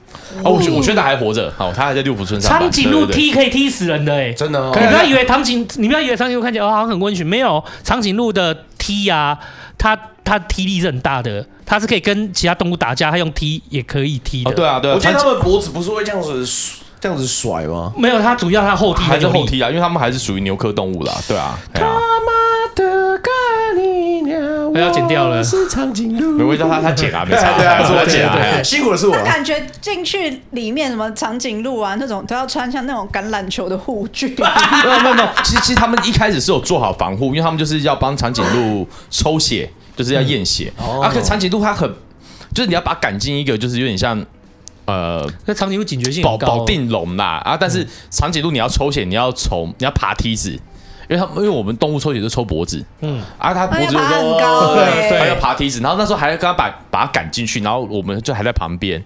C: 哦，我学我学长还活着，好，他还在六福村上班。
B: 长颈鹿
C: 对对对
B: 踢可以踢死人的哎，
D: 真的哦
B: 你不要以为长颈，你不要以为长颈鹿看起来哦好像很温驯，没有长颈鹿的踢啊，它它踢力是很大的，它是可以跟其他动物打架，它用踢也可以踢的。
C: 哦，对啊，对啊，
D: 我记得
C: 长
D: 他们脖子不是会这样子这样子甩吗？
B: 没有，它主要它后踢
C: 还是
B: 很有
C: 后
B: 力。
C: 踢啊，因为他们还是属于牛科动物啦，对啊，对啊，
B: 呃
D: 哎
B: 我要剪掉了
G: 是长颈鹿。
C: 没关系，他他剪啊，没
D: 对
C: 差，
D: 啊，对啊，是我
C: 他
D: 姐
C: 剪啊，哎
D: 啊，
C: 呀
D: 辛苦的是我
F: 他。感觉进去里面什么长颈鹿啊那种都要穿像那种橄榄球的护具，
C: 啊没有没有没有，其实其实他们一开始是有做好防护，因为他们就是要帮长颈鹿抽血，就是要验血。啊，可是长颈鹿它很，就是你要把它赶进一个，就是有点像呃
B: 那长颈鹿警觉性
C: 保
B: 很高哦嗯
C: 保定笼啦啊，但是长颈鹿你要抽血，你要从你要爬梯子，因为他们因为我们动物抽血就抽脖子，嗯，啊，它脖子就
F: 哎呀爬很高哎
C: 对，还要爬梯子，然后那时候还要跟他把把它赶进去，然后我们就还在旁边。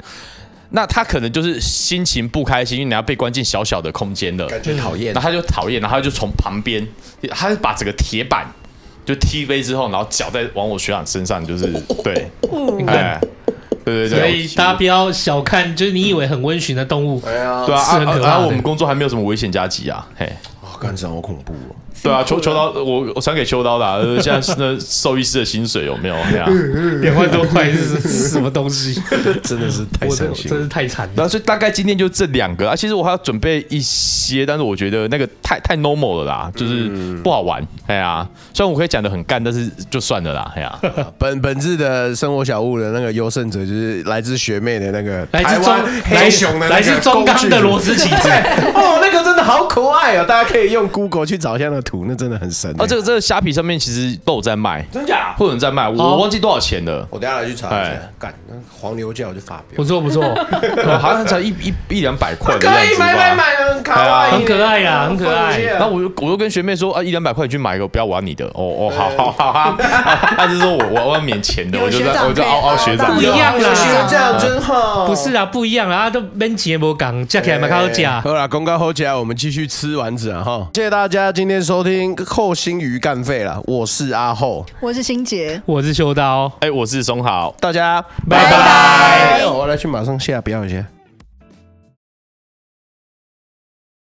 C: 那他可能就是心情不开心，因为你要被关进小小的空间了，
D: 感觉讨厌
C: 然后，他就讨厌，然后他就从旁边，他就把整个铁板就踢飞之后，然后脚再往我学长身上，就是对，哎，对对
B: 哦所
C: 对
B: 以，大家不要小看，就是你以为很温驯的动物，
D: 哎呀，
C: 对啊，
B: 是
C: 啊
B: 很可怕的
C: 然后我们工作还没有什么危险加急啊，嘿，
D: 哦干这样好恐怖 *laughs* 哦！
C: 对啊，秋秋刀，我我传给秋刀的啊， *laughs* 呃现在是那兽医师的薪水有没有？对啊，
B: 两万多块是是什么东西？
D: 真的是
B: *laughs*
D: 太
B: 我
D: 伤
B: 真
D: 心
B: 真
D: 了。
B: 是太惨了。
C: 然后啊所以大概今天就这两个啊，其实我还要准备一些，但是我觉得那个太太 normal 了啦，就是不好玩，哎呀，虽然我可以讲的很干，但是就算了啦，哎呀。
G: 本本质的生活小物的那个优胜者，就是来自学妹的那个
B: 来
D: 台
B: 自
D: 湾
B: 中
D: 黑熊的那个
B: 来自中
D: 工
B: 钢
D: 具
B: 的
D: 组 *laughs*
B: 螺丝起子，
G: 哦，那个真的好可爱哦！大家可以用 Google 去找一下那个图，那真的很神、
D: 哦
C: 啊，这个这个虾皮上面其实都有在卖，
D: 真假？
C: 会有人在卖，我我忘记多少钱了，
D: 我等一下来去查一下
C: 哎。
D: 干，那黄牛价我就发
B: *laughs*
D: 飙
B: 不。错不错，
D: *laughs*
C: 好像才一一一两百块的样
D: 可
C: 子
D: 以
C: 吧
D: 买买。买，很可爱，
B: 哎
D: 啊
B: 很可爱啦，很可爱。
C: 然后我就我就跟学妹说啊，一两百块你去买一个，不要玩你的。哦哦，好好好 *laughs* 啊，她就说我我我要免钱的，
F: 有
C: 我就
F: 学
C: 在
F: 长
C: 我就
F: 可以
C: 嗷嗷
F: 帮
C: 学
F: 到
C: 长
B: 不一样啦
D: 学长真好。
B: 不是啊，不一样啦，啊都免钱无讲，加起来蛮好价。
G: 好啦，公告后起来，我们继续吃丸子啊哈！谢谢大家今天收听后心鱼干废啦，我是阿后，
F: *laughs* 我是心杰。
B: 我是修刀，
C: 哎，我是松豪，
G: 大家
B: 拜拜
G: 哎呦我来去马上下标一下。